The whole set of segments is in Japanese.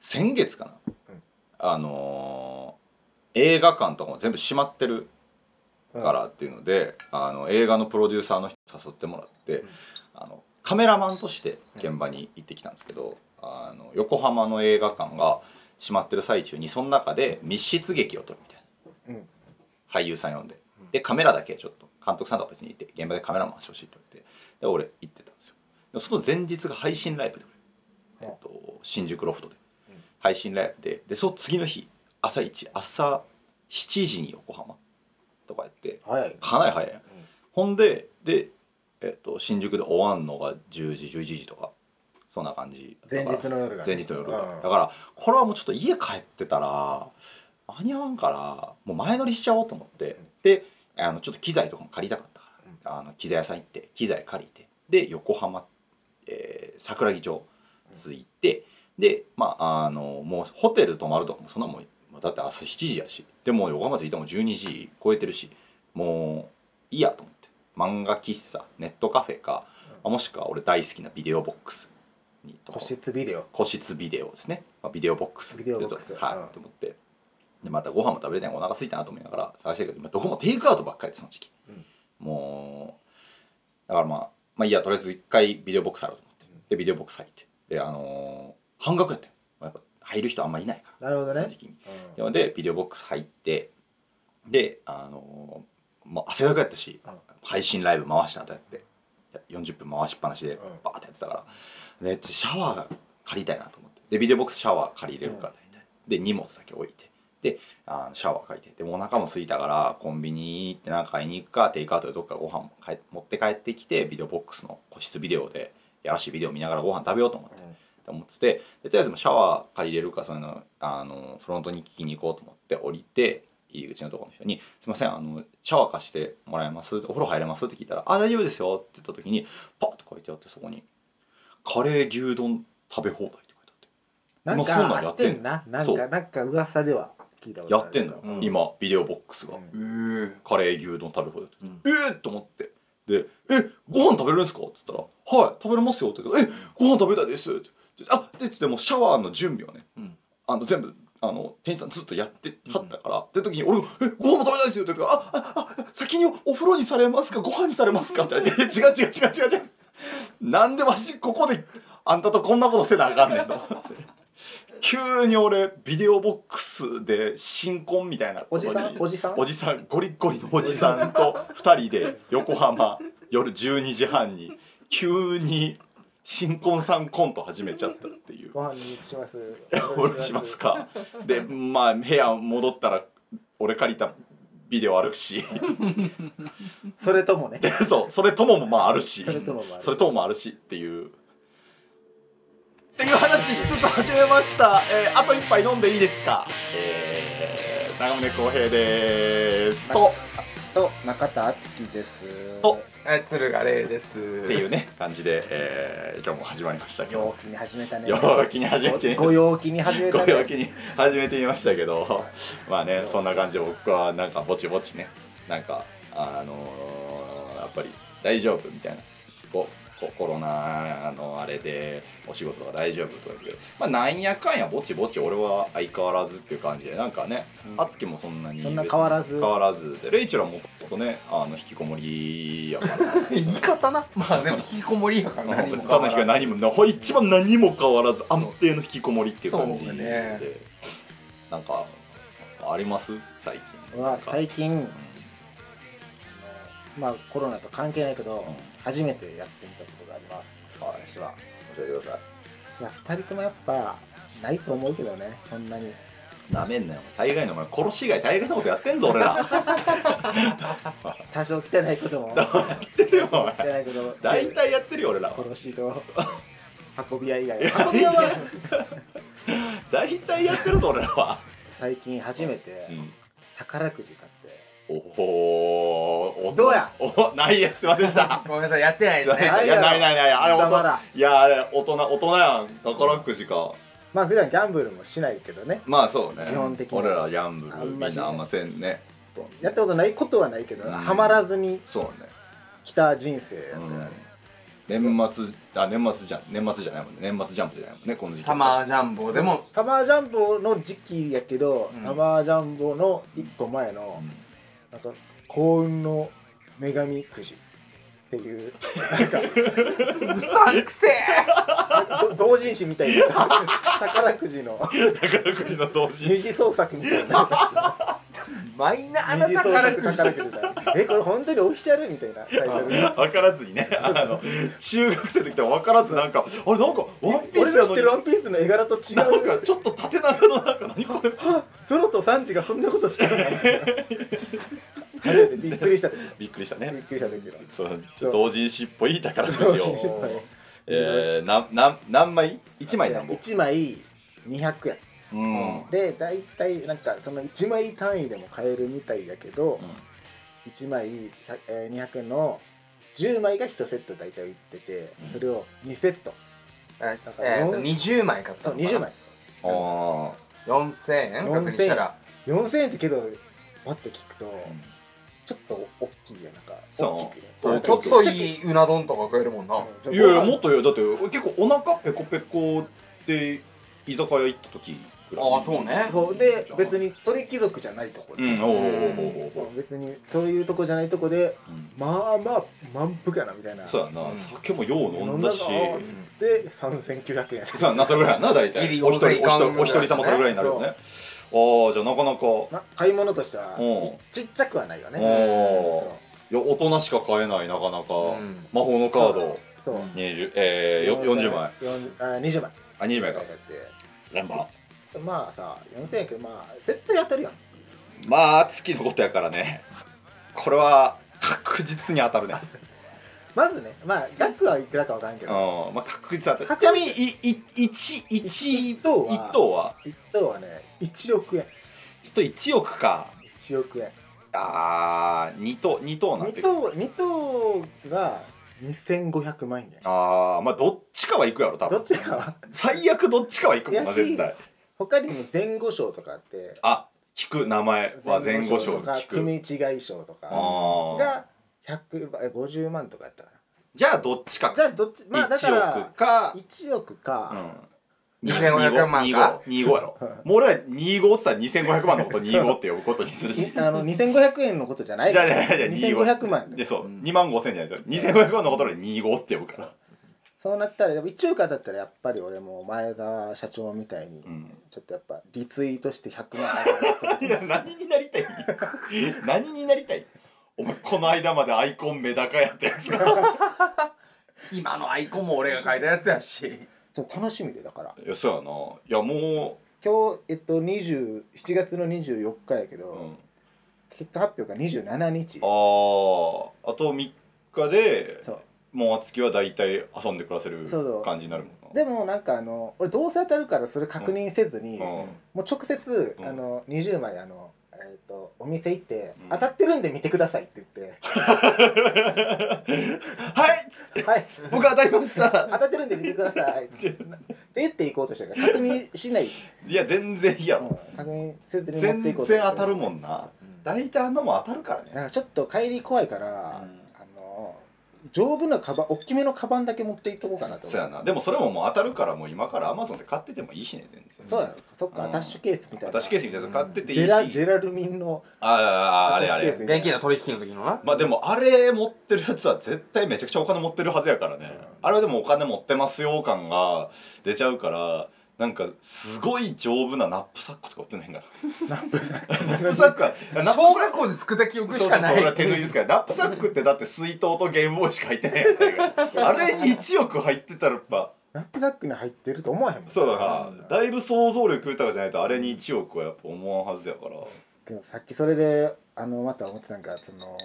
先月かな、うんあのー映画館とかも全部閉まってるからっていうので、あの映画のプロデューサーの人誘ってもらって、んあのカメラマンとして現場に行ってきたんですけど、あの横浜の映画館が閉まってる最中にその中で密室劇を撮るみたいな。うん俳優さん呼んでうんでカメラだけちょっと監督さんとは別にいて現場でカメラマンしてほしいって言ってで俺行ってたんですよでもその前日が配信ライブでう俺、んえっと、新宿ロフトでうん配信ライブででその次の日朝一朝7時に横浜とかやって早いかなり早いやん、ほんでで、えっと、新宿で終わんのが10時11時とかそんな感じだ前から日の夜が前日の夜うだ,、んだからこれはもうちょっと家帰ってたら間に合わんからもう前乗りしちゃおうと思って、うんであのちょっと機材とかも借りたかったから、あの機材屋さん行って機材借りてで横浜、えー桜木町着いて、でまああのもうホテル泊まるとかもそんなもんもうだって朝7時やしでもう横浜着いても12時超えてるしもういいやと思って漫画喫茶ネットカフェか、うもしくは俺大好きなビデオボックスにとか個室ビデオ個室ビデオですね、まあ、ビデオボックスビデオボックスはい、うんと思ってでまたご飯も食べれないお腹空いたなと思いながら探してるけど、まあ、どこもテイクアウトばっかりでその時期、うんもうだからまあまあいいやとりあえず一回ビデオボックス入ろうと思ってでビデオボックス入ってであのー半額やったよやっぱ入る人あんまりいないからなるほどそのね時期にうんなのでビデオボックス入ってであのーもう汗だくやったし、うん配信ライブ回した後やって40分回しっぱなしでバーってやってたから、でシャワーが借りたいなと思ってでビデオボックスシャワー借りれるから、で荷物だけ置いてであのシャワー借りてでもうお腹も空いたからコンビニ行ってなんか買いに行くかテイクアウトでどっかご飯も買い持って帰ってきてビデオボックスの個室ビデオでやらしいビデオ見ながらご飯食べようと思って。って思っててでとりあえずもうシャワー借りれるかそういうのあのフロントに聞きに行こうと思って降りて入り口のところの人に「すいませんあのシャワー貸してもらえます?」お風呂入れます?」って聞いたら「あ大丈夫ですよ」って言った時にパッと書いてあってそこに「カレー牛丼食べ放題」って書いてなんまあそんなんかややっっててんんななそんうかなんか噂では聞いたこあとっあてるやってんの、今ビデオボックスが、うんえーカレー牛丼食べ放題ってうんえーっと思ってで「えご飯食べれるんですか?」っつったら「はい食べれますよ」って言って「えご飯食べたいです」って言ってあでつってもうシャワーの準備をね、うんあの全部あの店員さんずっとやってはったから、って時に俺が「えご飯も食べたいですよ」って言ったから「あああ先にお風呂にされますかご飯にされますか」って言って「違う違う違う違う違うなんでわしここであんたとこんなことせなあかんねん」と思って。 急に俺ビデオボックスで新婚みたいなおことじにさんおじさんおじさんゴリッゴリのおじさんと2人で横浜夜12時半に急に新婚さんコント始めちゃったっていうご飯にします「 俺しますか」でまあ部屋戻ったら俺借りたビデオあるしそれともねそうそれとももまああるしそれとももあるしそれとももあるしっていう。っていう話しつつ始めました、えーあと一杯飲んでいいですかえー、長宗浩平ですとと中田敦樹ですとはい、鶴がれです。っていうね感じで、えー今日も始まりましたけど陽気に始めたね陽気に始めてごご陽気に始めごた陽ね気に始めてみましたけどまあねそんな感じで僕はなんかぼちぼちねなんかあのーやっぱり大丈夫みたいなここコロナのあれでお仕事が大丈夫とか言うけど、まあ、なんやかんやぼちぼち俺は相変わらずっていう感じでなんかねうん敦貴、もそんなにそんな変わらず変わらずでレイチェルはもっとねあの引きこもりやから言い方な。まあでも引きこもりやから何もただ日が何もなほ一番何も変わらず安定の引きこもりっていう感じそうで、ねなんかあります最近は最近まあコロナと関係ないけど、うん初めてやってみたことがありますはい私は教えてくださいや2人ともやっぱないと思うけどねそんなにいなめんなよ大概のお前殺し以外大概のことやってんぞ俺 ら多少汚いこと もやってるよお汚前いこと大体やってるよ俺らは殺し と運び屋以外や運び屋は大体やってるぞ俺らは、最近初めうてん、宝くじ買っておおおどうやおないやすいませんでしたごめん なさい、やってないですいねは。やいやないないないあれま大だ人いやあれ大人大人やん宝くじかまあ普段ギャンブルもしないけどねまあそうね基本的に俺らギャンブあルんみんましねなあんませんねやったことないことはないけどうんハマらずにそうね来た人生やったうよんね年末あ年末じゃん年末じゃないもんね年末ジャンプじゃないもんねこの時期サマージャンボでもサマージャンボの時期やけど、うんサマージャンボの一個前の、うんなんか幸運の女神くじっていうなんかうさんくせえど同人誌みたい な宝くじの宝くじの同時二次創作みたいなマイナー二な次創宝作くじ宝くじみたいなえこれ本当にオフィシャルみたいなタイトル分からずにねあの中学生の時とか分からずなんかあれなんかワンピー俺スやのの知にってるワンピースの絵柄と違なんうかちょっと縦長のなんか何これゾロとサンジがそんなことしてるの初めてびっくりした時びっくりしたびっねくりした時のそうそう同人誌っぽい宝くじ同人誌を、のえー、なな何枚一枚なんぼ1枚200円うんで大体なんかその1枚単位でも買えるみたいやけど、一1枚100えー200円の10枚が1セット大体売っててうんそれを2セットえーと20枚買ったそうのかな20枚ああ4000円確認したら4000円ってけどパッと聞くとちょっと大きいやなんかそう大きくねそうちょっとちいいうな丼とか食えるもんなちょっといやいやもごっとよだって結構お腹ペコペコで居酒屋行った時ぐらいああそうね飯そうで別に鳥貴族じゃないとこうで、んおうおうおうおうおう別にそういうとこじゃないとこでうんまあまあ満腹やなみたいなそうやな、うん酒もよう飲んだし飲んだぞで3900円そうやなそれぐらいやな大体ギリお一人お一お腹いかん人お一人様それぐらいになるよねああじゃあなかなかな買い物としてはうんちっちゃくはないよああねいや大人しか買えないなかなか、うん魔法のカードそううん20えー、よ40枚40あ20枚あ20枚だかっ何番てまあさ4000円やけどまあ絶対当たるやんまあ月のことやからねこれは確実に当たるねまずねまあ額はいくらかわからんけどうんまあ、確率は当たる確率ちなみにいい一一一等は一等は1等はね1億円一等一億か1億円あー二等二等なん2て等二等が2500万円あーまあどっちかは行くやろ多どっ分ちかは最悪どっちかは行くもんな悔しい絶対他にも前後賞とかあってあ聞く名前は前後賞とか聞く組違い賞とかあーが100倍50万とかやったかじゃあどっちかなじゃあどっちまあだ一から億か1億か、うん2500万か25やろ もう俺ら25って言ったら2500万のこと25って呼ぶことにするしにあの2500円のことじゃないじゃあじゃあじゃあ2500万でそううん2万5000じゃないですよ2500万のことで25って呼ぶからそうなったらでも1億当たったらやっぱり俺も前澤社長みたいにうんちょっとやっぱリツイートして100万いや何になり たい何になりたいお前この間までアイコンメダカやったやつが今のアイコンも俺が書いたやつやしちょっと楽しみでだからいやそうやないやも今日えっと20 7月の24日やけど、う、うん、結果発表が27日あーあと3日でそもう月は大体遊んで暮らせるそうそう感じになるもうんなでもなんかあの俺どうせ当たるからそれ確認せずに、うんもう直接、うんあの20枚あの、えっとお店行って、うん当たってるんで見てくださいって言っはい てはい僕当たりました当たってるんで見てください って言っていこうとしたから確認しないいや全然いいやうろん確認せずに持全ってい然こう当としたるもんな大体あんなもん当たるからなねんかちょっと帰り怖いから、うんあの丈夫なカバン大きめのカバンだけ持っていっとこうかなと思そうやなでもそれももう当たるからもう今からアマゾンで買っててもいいしね全然そうやろそっか、うんアタッシュケースみたいな私ケースみたいなやつ買ってていいジしェラジェラルミンのああああれあ私ケースれみたい現な金の取引の時のなまあでもあれ持ってるやつは絶対めちゃくちゃお金持ってるはずやからねあれはでもお金持ってますよ感が出ちゃうからなんかすごい丈夫なナップサックとか売ってないんかなナップサックはナップサック小学校で作った記憶そしうそかうそうない俺は手縫いですからナップサックってだって水筒とゲームボーイしか入ってないやんなんかあれに1億入ってたらやっぱナップサックに入ってると思わへんもんそうだなだいぶ想像力豊かじゃないとあれに1億はやっぱ思わんはずやからでもさっきそれであのまた思ってたんかその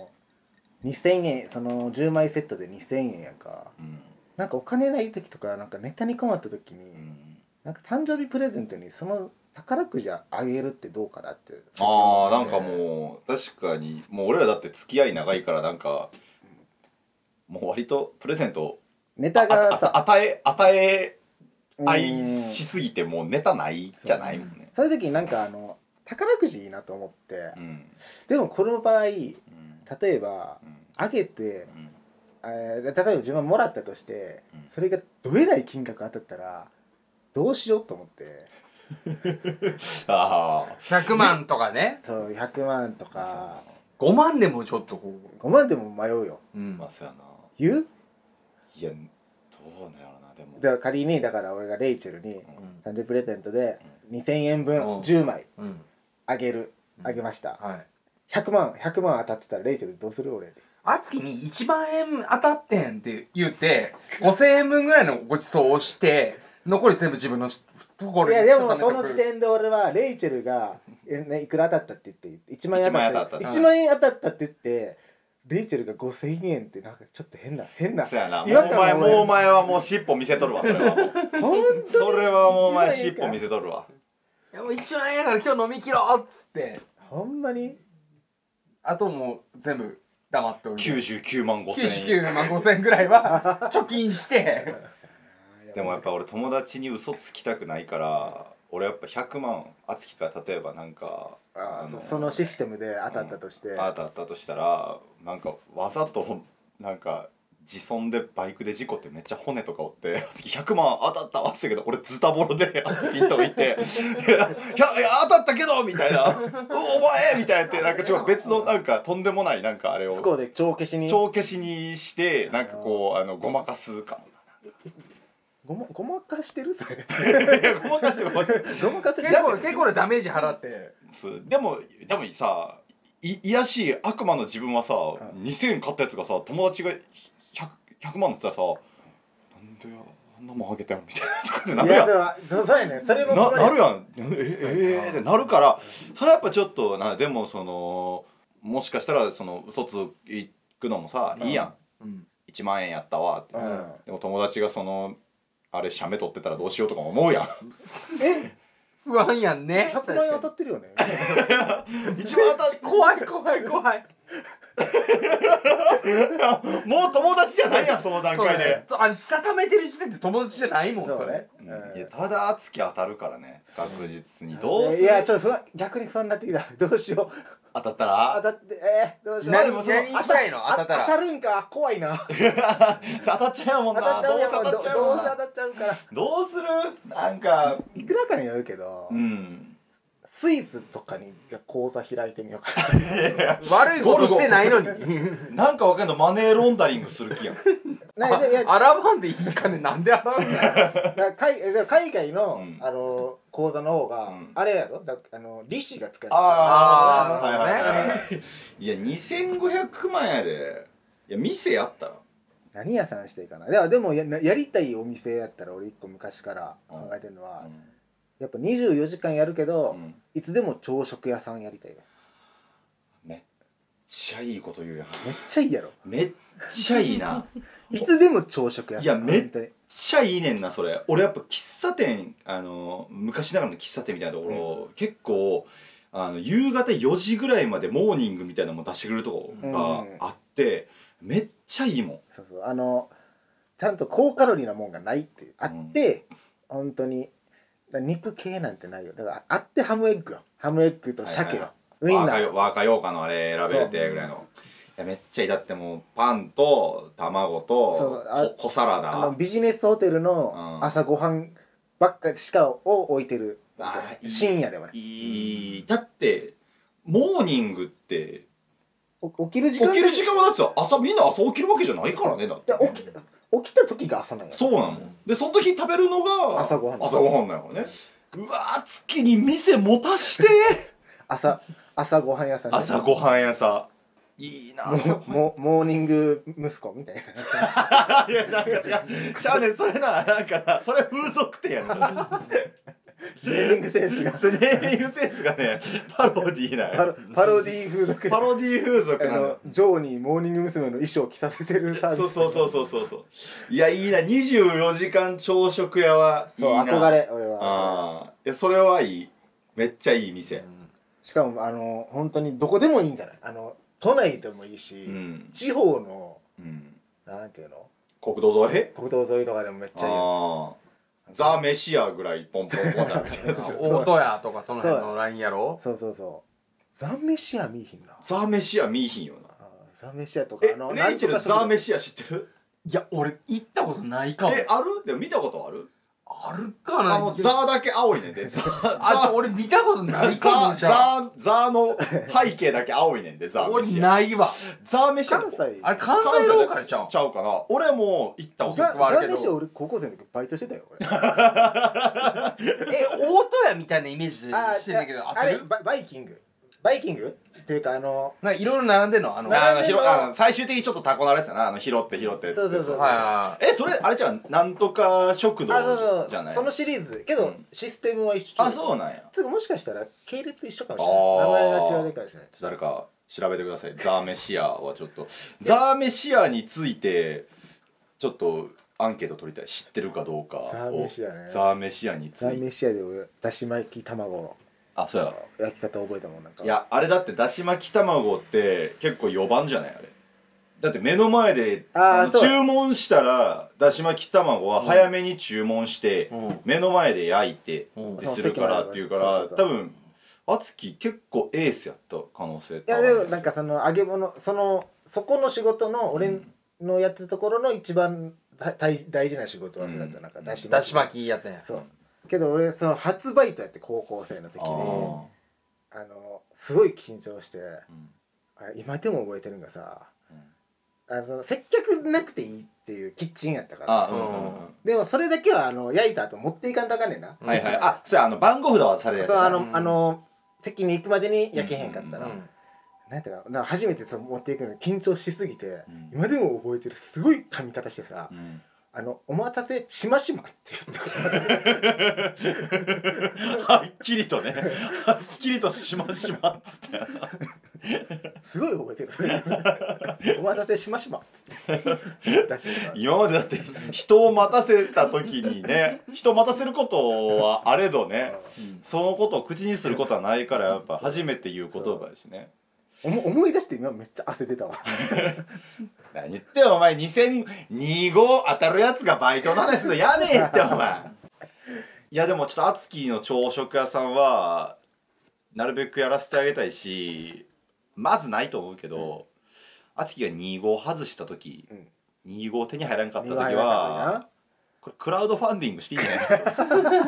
2000円その10枚セットで2000円やんかうん、なんかお金ない時とかなんかネタに困った時に、うん、なんか誕生日プレゼントにその宝くじあげるってどうかなってあーなんかもう確かにもう俺らだって付き合い長いからなんかもう割とプレゼントネタがああさ与え与え合ういんしすぎてもうネタないじゃないもんねそういう時になんかあの宝くじいいなと思ってうんでもこの場合例うんえばうんあげてうんあれ例えば自分もらったとしてうんそれがどえらい金額当たったらどうしようと思ってああ100万とかねそう100万とか5万でもちょっとこ5万でも迷うよう、うんまあそうやな言ういやどうなんやろなでもだから仮にだから俺がレイチェルにう誕生日プレゼントで2000円分うん10枚んうんあげるうんあげましたはい100万100万当たってたらレイチェルどうする俺敦貴に1万円当たってんって言って5000円分ぐらいのご馳走をして残り全部自分のしところいにやでもそ貯めのて時くる点で俺はレイチェルがえ、ね、いくら当たったって言って1万円当たった1 1万円当たったって言ってレイチェルが5000円ってなんかちょっと変な変なそうやなも違う和お感は前ももううお前はもう尻尾見せとるわそれはも うほんそれはもうお前一番いい尻から尾見せとるわいやもう1万円やから今日飲みきろうっつってほんまにあともう全部黙っておいて99万5千円99万5000円ぐら いは貯金してでもやっぱ俺友達に嘘つきたくないから俺やっぱ100万敦貴から例えばなんかあーそのそのシステムで当たったとして、あーだったとしたらなんかわざとなんか自損でバイクで事故ってめっちゃ骨とか折って「100万当たったわ」っつったけど俺ズタボロで月にとい て「いやいや当たったけど!」みたいな「うお前!」みたいなってなんかちょっと別のなんかとんでもないなんかあれ不を幸で帳消しに帳消しにしてなんかこうあのごまかすか も ごまごまかしてるそれないやごまかしてごまかしてごまかせ結構だって結構なダメージ払ってそうでもでもさいいやしい悪魔の自分はさ、2,000円買ったやつがさ友達が 100, 100万のやつはさなんであんなもんあげたよみたいなとかってないるややんでもそそうやねそれもなそれなるやんえそうやなええってなるからそれはやっぱちょっとなでもそのもしかしたらその嘘つくのもさ、うんいいやんうん1万円やったわって、うんでも友達がそのあれ写メ撮ってたらどうしようとかも思うや んえ不安やんね100万円当たってるよね一番当たっ怖い怖い怖い もう友達じゃないやんその段そう階でね。あのしたためてる時点で友達じゃないもんそれううんいんやただ敦貴当たるからね確実にどうすいるやちょっと不安逆に不安になってきた どうしよう当たったら当たってえー、どうしよう何でもその何したいの当たったらあ当たるんか怖いな 当たっちゃうも当んなたっちゃうやんどどうせど当たっちうゃせうもん当なたっちゃうからどうするなんかいくらかによるけど、うんスイスとかに口座開いてみようかな悪いことしてないのになんかわかんないマネーロンダリングする 気やんないでいや洗わんでいい金なんで洗うん だよだから海だから海外の、うんあの口座の方が、うんあれやろだあの利子が使えるあああーはいはいはいはいいや2500万やでいや店やったら何屋さんしていいかないやでもややりたいお店やったら俺一個昔から考えてるのは、やっぱ24時間やるけど、うんいつでも朝食屋さんやりたいわめっちゃいいこと言うやんめっちゃいいやろめっちゃいいなめっいつでも朝食屋さんいやめ本当にちゃいいねんなそれ俺やっぱ喫茶店あの昔ながらの喫茶店みたいなところ、結構あの夕方4時ぐらいまでモーニングみたいなのも出してくれるとこがあって、めっちゃいいもんそうそうあのちゃんと高カロリーなもんがないっていうあって、本当にだから肉系なんてないよだからあってハムエッグよハムエッグと鮭よ、ウインナー若よ若ようかのあれ選べれてぐらいのいやめっちゃいいだってもうパンと卵そうとあこ小サラあダのビジネスホテルうのん朝ごはんばっかりしかを置いてるあーいい深夜ではねいいだってモーニングってお起きる時起間きる時間はだってさ朝みんな朝起きるわけじゃないからねだってねで起き起きた時が朝なんやそうなのでその時に食べるのが朝ごはん朝ごはんだよねうわー月に店持たして 朝朝ごはん屋さんで朝ごはん屋さんいいなもうもうモーニング息子みたい ないや違う違う違う違うね んそれななんかそれ風俗店やねんネーミングセンスがそれネーミングセンスがねパロディーなんパやロパロディ風俗パロディー風あ俗なののジョーにモーニング娘。の衣装を着させてるサービスそうそうそうそうそうそういやいいな24時間朝食屋はいいそうな憧れ俺はああいやそれはいいめっちゃいい店しかもあの本当にどこでもいいんじゃないあの都内でもいいし、うん、地方のうん、なんていうの国道沿い国道沿いとかでもめっちゃいいよああーザ・メシアぐらいポンポンポンだみたい な大戸屋とかその辺のラインやろそうそうそう残飯や見いひんなザ・メシア見いひんよなあーザーメシアとかえあのレイチェルなんとか食ザ堂ーメシア知ってるいや、俺、行ったことないかも。えあるでも見たことあるあるかなあのザーだけ青いねん でザーあとザ俺見たことなーいかもじゃザあ。ーザーの背景だけ青いねんでザーメ俺シアないわ。ザーメシア関西あれ関西ローカルじゃんち。ゃうかな俺も行ったことザない僕はあザるーけどメシア俺高校生の時バイトしてたよ俺え、大戸屋みたいなイメージであしてんだけど、ああれるババイキングバイキングっていうかあのなんかいろいろ並んでんのあの。はいあ並んのでひんのろあの最終的にちょっとタコなれですよなあの拾って拾ってそうそうそうはえそれあれじゃんなんとか食堂あそうじゃないそうそのシリーズけど、うんシステムは一緒あそうなんやつうかもしかしたら系列一緒かもしれなあいー名前が違うかもしれない誰か調べてくださいザーメシアはちょっとザーメシアについてちょっとアンケート取りたい知ってるかどうかをザーメシアねザーメシアにつザーいてメシアで俺だし巻き卵のあそうや焼き方覚えたもんなんかいやあれだってだし巻き卵って結構4番じゃないあれだって目の前であーあのそう注文したらだし巻き卵は早めに注文して、うん目の前で焼いて、うんでするからっていうかそうらそう多そう分敦貴結構エースやった可能性いやでもなんかその揚げ物そのそこの仕事の俺のやってるところの一番大大大事な仕事はそれだった、うんなんかだし巻い。きだし巻きやったんや。そうけど俺その初バイトやって高校生の時であーあのすごい緊張してうんあ今でも覚えてるんがさうんあのその接客なくていいっていうキッチンやったからあうんうんうんでもそれだけはあの焼いた後持っていかんとあかんねんな、はいはい、ああそうやあの番号札渡されるやつそうあの、うんあの席に行くまでに焼けへんかったうら、ん。なんていうかななんか初めてその持っていくのに緊張しすぎて、ん今でも覚えてるすごい噛み方してさ「うんあのお待たせしましま」って言っ たからはっきりとねはっきりとしましまっつってすごい覚えてるそれ お待たせしましまっつって出してた今までだって人を待たせた時にね人を待たせることはあれどねそのことを口にすることはないからやっぱ初めて言う言葉やしねおも思い出して今めっちゃ焦ってたわ何言ってんお前2025当たるやつがバイトなんですのやめえってお 前いやでもちょっと敦貴の朝食屋さんはなるべくやらせてあげたいしまずないと思うけど敦貴、が25外した時、うん25手に入らんかった時苦いはなこれクラウドファンディングしていいんじゃない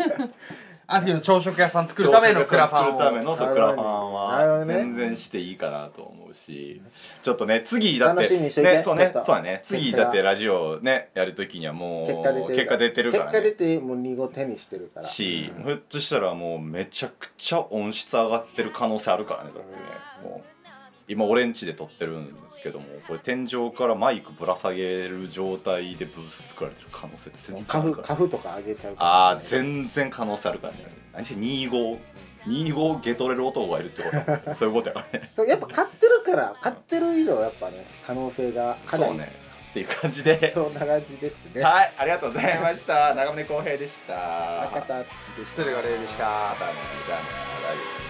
ある日の朝食屋さん作るためのクラファン作るためを。のそうクラファンなるほはどね全然していいかなと思うしちょっとね次だって楽しみにしといてねそうちょねっとそうだね次だってラジオねやるときにはもう結果出て結果出てるるから結果出ねてもう2号手にしてるからしひょっとしたらもうめちゃくちゃ音質上がってる可能性あるからねだってねもう今俺ん家で撮ってるんですけどもこれ天井からマイクぶら下げる状態でブース作られてる可能性全然カあるフからカフとかあげちゃうああもしれない全然可能性あるからね何せ25 25ゲトれる男がいるってことはそういうことやから ねそうやっぱ買ってるから買ってる以上やっぱね可能性がかなりそうねっていう感じでそんな感じですねはいありがとうございました長宗浩平でした中ま田敦樹でした失礼が礼でしたたねじゃあねバイバイ